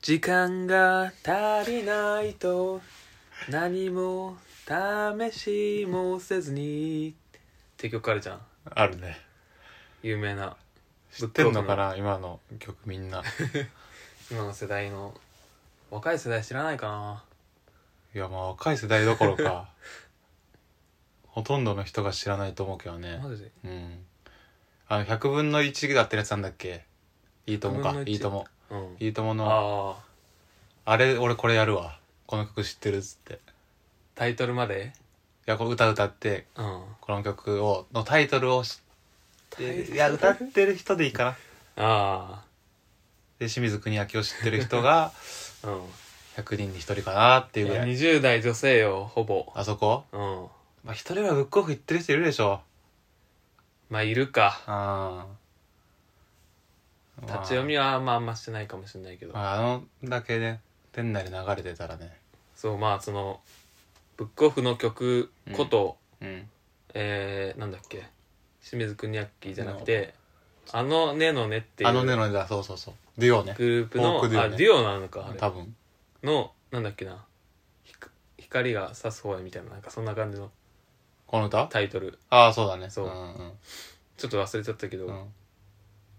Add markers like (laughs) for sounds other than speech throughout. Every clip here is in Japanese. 時間が足りないと何も試しもせずにって曲あるじゃんあるね有名な知ってんのかな今の曲みんな (laughs) 今の世代の若い世代知らないかないやまあ若い世代どころか (laughs) ほとんどの人が知らないと思うけどねマジでうんあの100分の1だってやつなんだっけいいとも100分かの1いいともうんいいとものあああれ俺これやるわこの曲知ってるっつっていタイトルまでやこう歌歌ってうんこの曲をのタイトルを知ってるいや歌あってる人でいいかなあで清水邦明を知ってる人がうん100人に1人かなっていういぐやらい20代女性よほぼあそこうんまあ一人はブックオフ行ってる人いるでしょまあいるかああ立ち読みはまああんましてないかもしれないけどまあ、あのだけね店内で流れてたらねそうまあそのブックオフの曲こと、うんえー、なんだっけ清水邦明じゃなくて「あのねのね」っていあのねうのねだそうそうそうデュオねグループのフォークデュオあねデュオなのかあれ多分のなんだっけなひく光が差す方へみたいななんかそんな感じのこの歌タイトルああそうだねそうんうんちょっと忘れちゃったけど、うん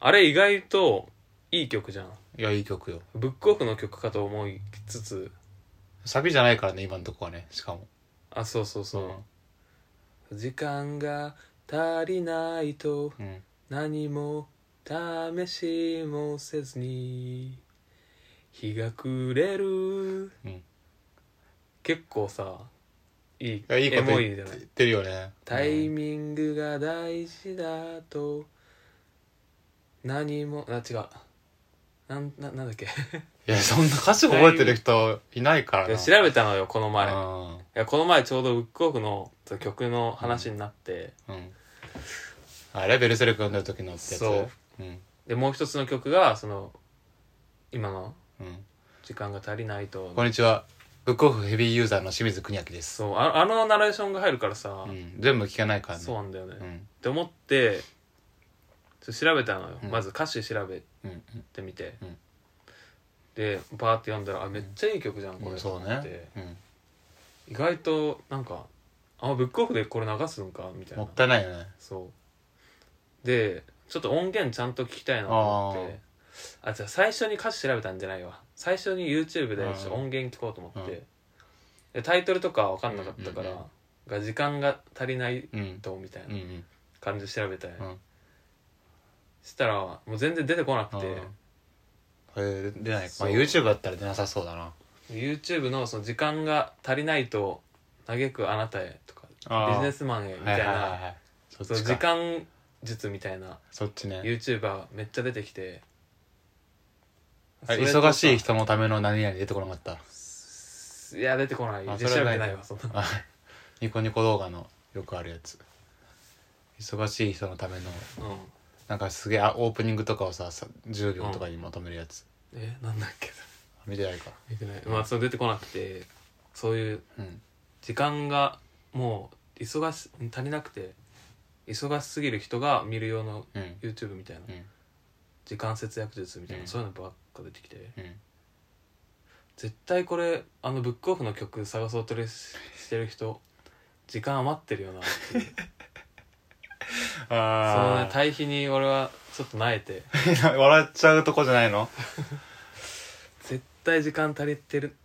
あれ意外といい曲じゃんいやいい曲よブックオフの曲かと思いつつサビじゃないからね今のとこはねしかもあそうそうそう、時間が足りないとうん、うん、何も試しもせずに日が暮れる、うん結構さいいいやいいこエとモ言いっじゃなてい言ってるよねタイうんミングが大事だと、何もあ違うなんななんだっけいやそんな歌詞覚えてる人いないからいなや調べたのよこの前いやこの前ちょうどブックオフのその曲の話になって、うん、うん、あれベルセルク読んでる時のってやつ、そうんでもう一つの曲がその今のうん、時間が足りないとこんにちはブックオフヘビーユーザーの清水邦明ですそうああのナレーションが入るからさ、うん、全部聞かないからねそうなんだよね、うっんて思ってちょっと調べたのよ、うんまず歌詞調べうんてみて、うんでバーって読んだらあめっちゃいい曲じゃん、こうれんそうと思ってね、うん、意外となんかあブックオフでこれ流すんかみたいもなったいないよねそうでちょっと音源ちゃんと聞きたいなと思ってあじゃあ最初に歌詞調べたんじゃないわ最初に YouTube でちょっと音源聞こうと思って、でタイトルとか分かんなかったから、うんうんが時間が足りないうんとみたいうんうなん感じで調べたよ、うんしたらもう全然出てこなくて、これ出ないそまうあ YouTube だったら出なさそうだな YouTube のその時間が足りないと嘆くあなたへとかあービジネスマンへみたいな、はいはいはいはいそっそのち時か間術みたいなそっちね YouTuber めっちゃ出てきてあれ忙しい人人のための何々出てこなかったいや出てこないあ調べそてれはなないいわそんなあ (laughs) ニコニコ動画のよくあるやつ忙しい人のためのうんなんかすげえあオープニングとかをささ10秒とかにまとめるやつ、えなんだっけ見てないか見てないまあその出てこなくてそういううん時間がもう忙し足りなくて忙しすぎる人が見る用のうん YouTube みたいなうん時間節約術みたいな、うんそういうのばっか出てきてうん絶対これあのブックオフの曲探そうとししてる人時間余ってるよなっていうそのねああ、対比に俺はちょっとなえて笑っちゃうとこじゃないの絶対時間足りてる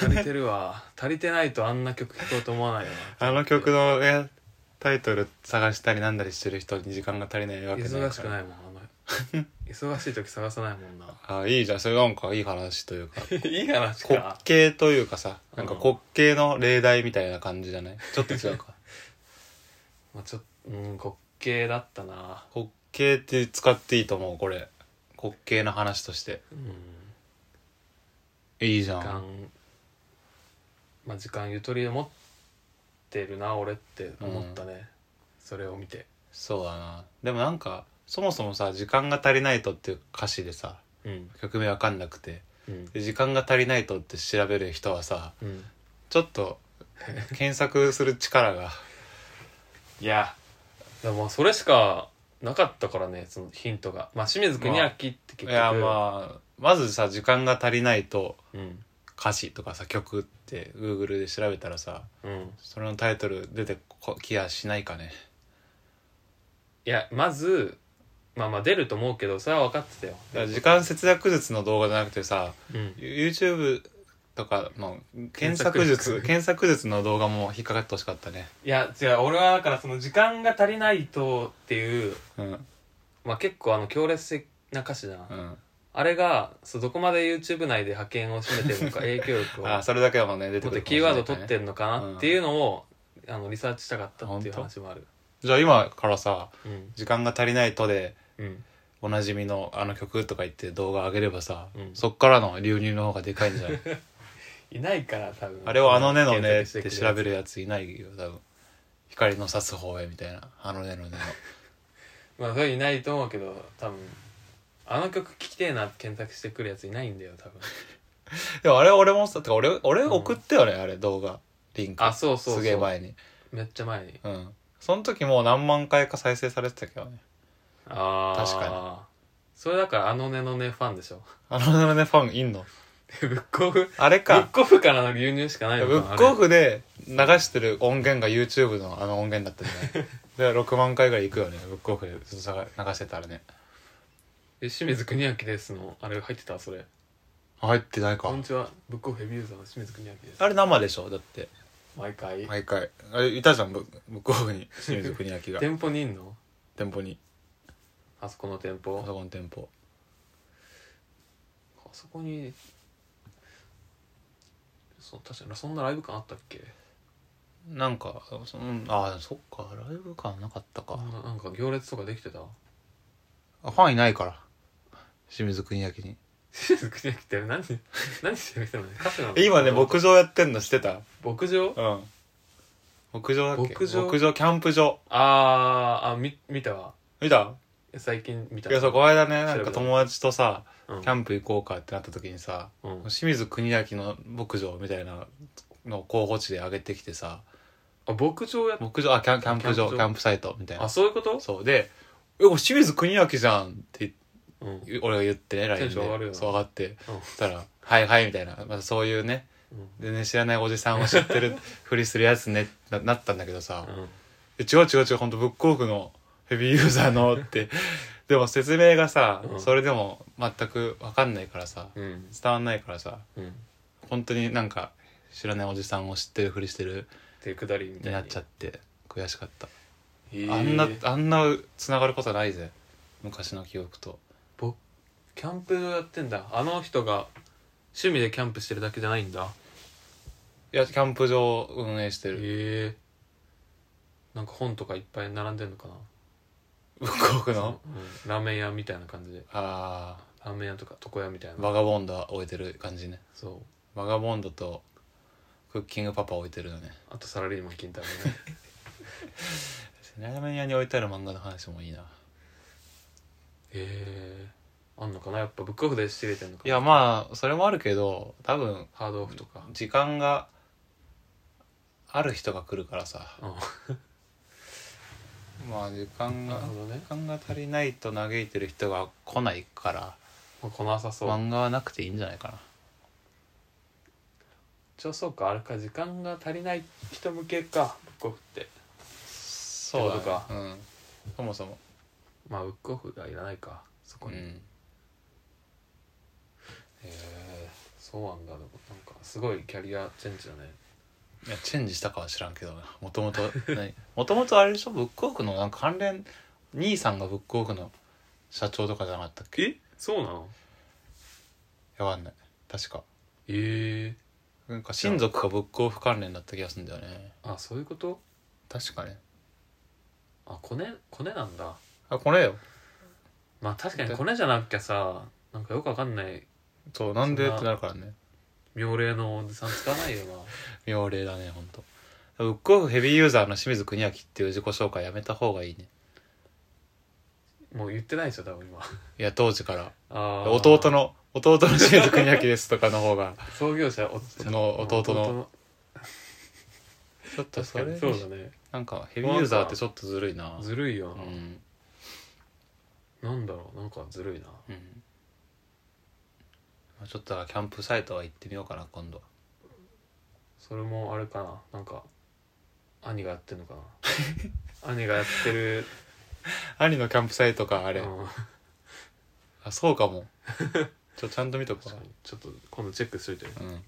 足りてる (laughs) わ足りてないとあんな曲聴こうと思わないよなあの曲のねタイトル探したりなんだりしてる人に時間が足りないわけ忙しくいないもんあの忙しい時探さないもんなあいいじゃんそれなんかいい話というか (laughs) いい話滑か稽というかさなんかうん滑稽の例題みたいな感じじゃないちょっと違う (laughs) かまあちょっとうん滑稽だったな滑稽って使っていいと思うこれ滑稽の話としてうんいいじゃ時間んまあ時間ゆとりを持ってるな俺って思ったね、それを見てそうだなでもなんかそもそもさ「時間が足りないと」っていう歌詞でさうん曲名わかんなくてうんで時間が足りないと」って調べる人はさうんちょっと検索する力が (laughs) いやでもまあそれしかなかったからねそのヒントがまあ清水邦明って結い局やまあまずさ時間が足りないとうん歌詞とかさ曲って Google で調べたらさうんそれのタイトル出てこきやしないかねいやまずまあまあ出ると思うけどそれは分かってたよだから時間節約術の動画じゃなくてさうん YouTube とかの検索検術索検索術の動画も引っかかってほしかったねいや違う俺はだからその時間が足りないとっていううんまあ結構あの強烈的な歌詞じゃん、うんあれがそうどこまで YouTube 内で覇権を占めてるのか (laughs) 影響力をあそれだけはもうね出て持っくてるキーワード取っるてるのかなっていうのを、あのリサーチしたかったっていう本当話もあるじゃあ今からさうん時間が足りないとでうんおなじみのあの曲とか言って動画上げればさ、うんそっからの流入の方がでかいんじ (laughs) ゃないいないから多分あれを「あのねのね」っ検索てして調くべれるやついないよ多分光の刺す方へみたいな「あのねのねまあそれいないと思うけど多分あの曲聴きてえなって検索してくるやついないんだよ多分の」でもあれ俺もさてか俺俺送ったよね、あれ動画リンクあそうそうそうすげえ前にめっちゃ前にうんその時もう何万回か再生されてたけどねああ確かにそれだからあのねのねファンでしょあのねのねファンいんの (laughs) ブックオフあれブッかクオフからの流入しかないブのかなックオフで流してる音源が YouTube のあの音源だったじゃ (laughs) ないで6万回ぐらいいくよねブックオフでずっと探流してたらねえ清水邦明ですのあれ入ってたそれ入ってないかこんにちはブックオフヘビーユーザーの清水邦明ですあれ生でしょだって毎回、毎回あれいたじゃんブブックオフに清水国明が店舗にいんの店舗にあそこの店パソ舗コン店舗あそこにそう確かにそんなライブ感あったっけなんかそうんあそっかライブ感なかったかあ、んななんか行列とかできてたあファンいないから清水国明に清水邦明って (laughs) 何何してる人なの歌手なのえ今ね牧場やってんのしてた牧場うん牧場だっけ牧場牧場キャンプ場あーあみ見たわ見た最近見たいやそうこの間ね調なべんたか友達とさうんキャンプ行こうかってなった時にさうん清水国明の牧場みたいなの候補地で上げてきてさあ牧場やっ牧場あキャンキャンプ場キャンプキ場ャンプサイトみたいなあそういうことそうで「えこれ清水国明じゃん」ってうん言う俺が言ってね LINE テンション上がるよでなそう上がってそしたら「はいはい」みたいな、まあ、そういうねうん全然知らないおじさんを知っ (laughs) てるふりするやつねななったんだけどさうん「え違う違う違う本当ブックオフのヘビーユーザーの」ってでも説明がさ、うんそれでも全く分かんないからさうん伝わんないからさうんっ本当になんか知らないおじさんを知ってるふりしてるていうくだりみたいにになっちゃって悔しかった、へーあんなあんなつながることないぜ昔の記憶と。ぼキャンプやってんだあの人が趣味でキャンプしてるだけじゃないんだいやキャンプ場を運営してるへえなんか本とかいっぱい並んでんのかなブックオフのうんラーメン屋みたいな感じであラーメン屋とか床屋みたいあなバガボンドは置いてる感じねそうバガボンドとクッキングパパ置いてるよねあとサラリーマン金太郎 (laughs) ねラーメン屋に置いてある漫画の話もいいなへえあんのかなやっぱブックオフで仕入れてんのかいなやまあそれもあるけど多分ハードオフとか時間がある人が来るからさうんまあ時間ながるほどね時間が足りないと嘆いてる人が来ないからまあ来なさそう漫画はなくていいんじゃないかな一応そうかあれか時間が足りない人向けかブックオフってそうだねってことかうんそもそもまあブックオフがいらないかそこうに、へんえそうなんだでもなんかすごいキャリアチェンジだねいやチェンジしたかは知らんけどなもともと (laughs) 何もともとあれでしょブックオフのなんか関連兄さんがブックオフの社長とかじゃなかったっけえそうなのやばんない確かええなんか親族がブックオフ関連だった気がするんだよねあそういうこと確かねあコネコネなんだあこれよまあ確かにコネじゃなきゃさなんかよくわかんないそうなんでそんなってなるからね妙齢のおじさん使わないよな妙齢だねほんとブックオフヘビーユーザーの清水邦明っていう自己紹介やめた方がいいねもう言ってないでしょ多分今いや当時からあー弟の弟の清水邦明ですとかの (laughs) 方が創業者おの弟のちょっと確そかれにそうだねなんかヘビーユーザーってちょっとずるいなずるいような、んなんだろうなんかずるいなうんまあちょっとだからキャンプサイトは行ってみようかな今度それもあれかななんか兄がやってるのか (laughs) な兄がやってる兄のキャンプサイトかああれ、うん、 (laughs) あそうかもちょちゃんと見とく確わかにちょっと今度チェックするといいうん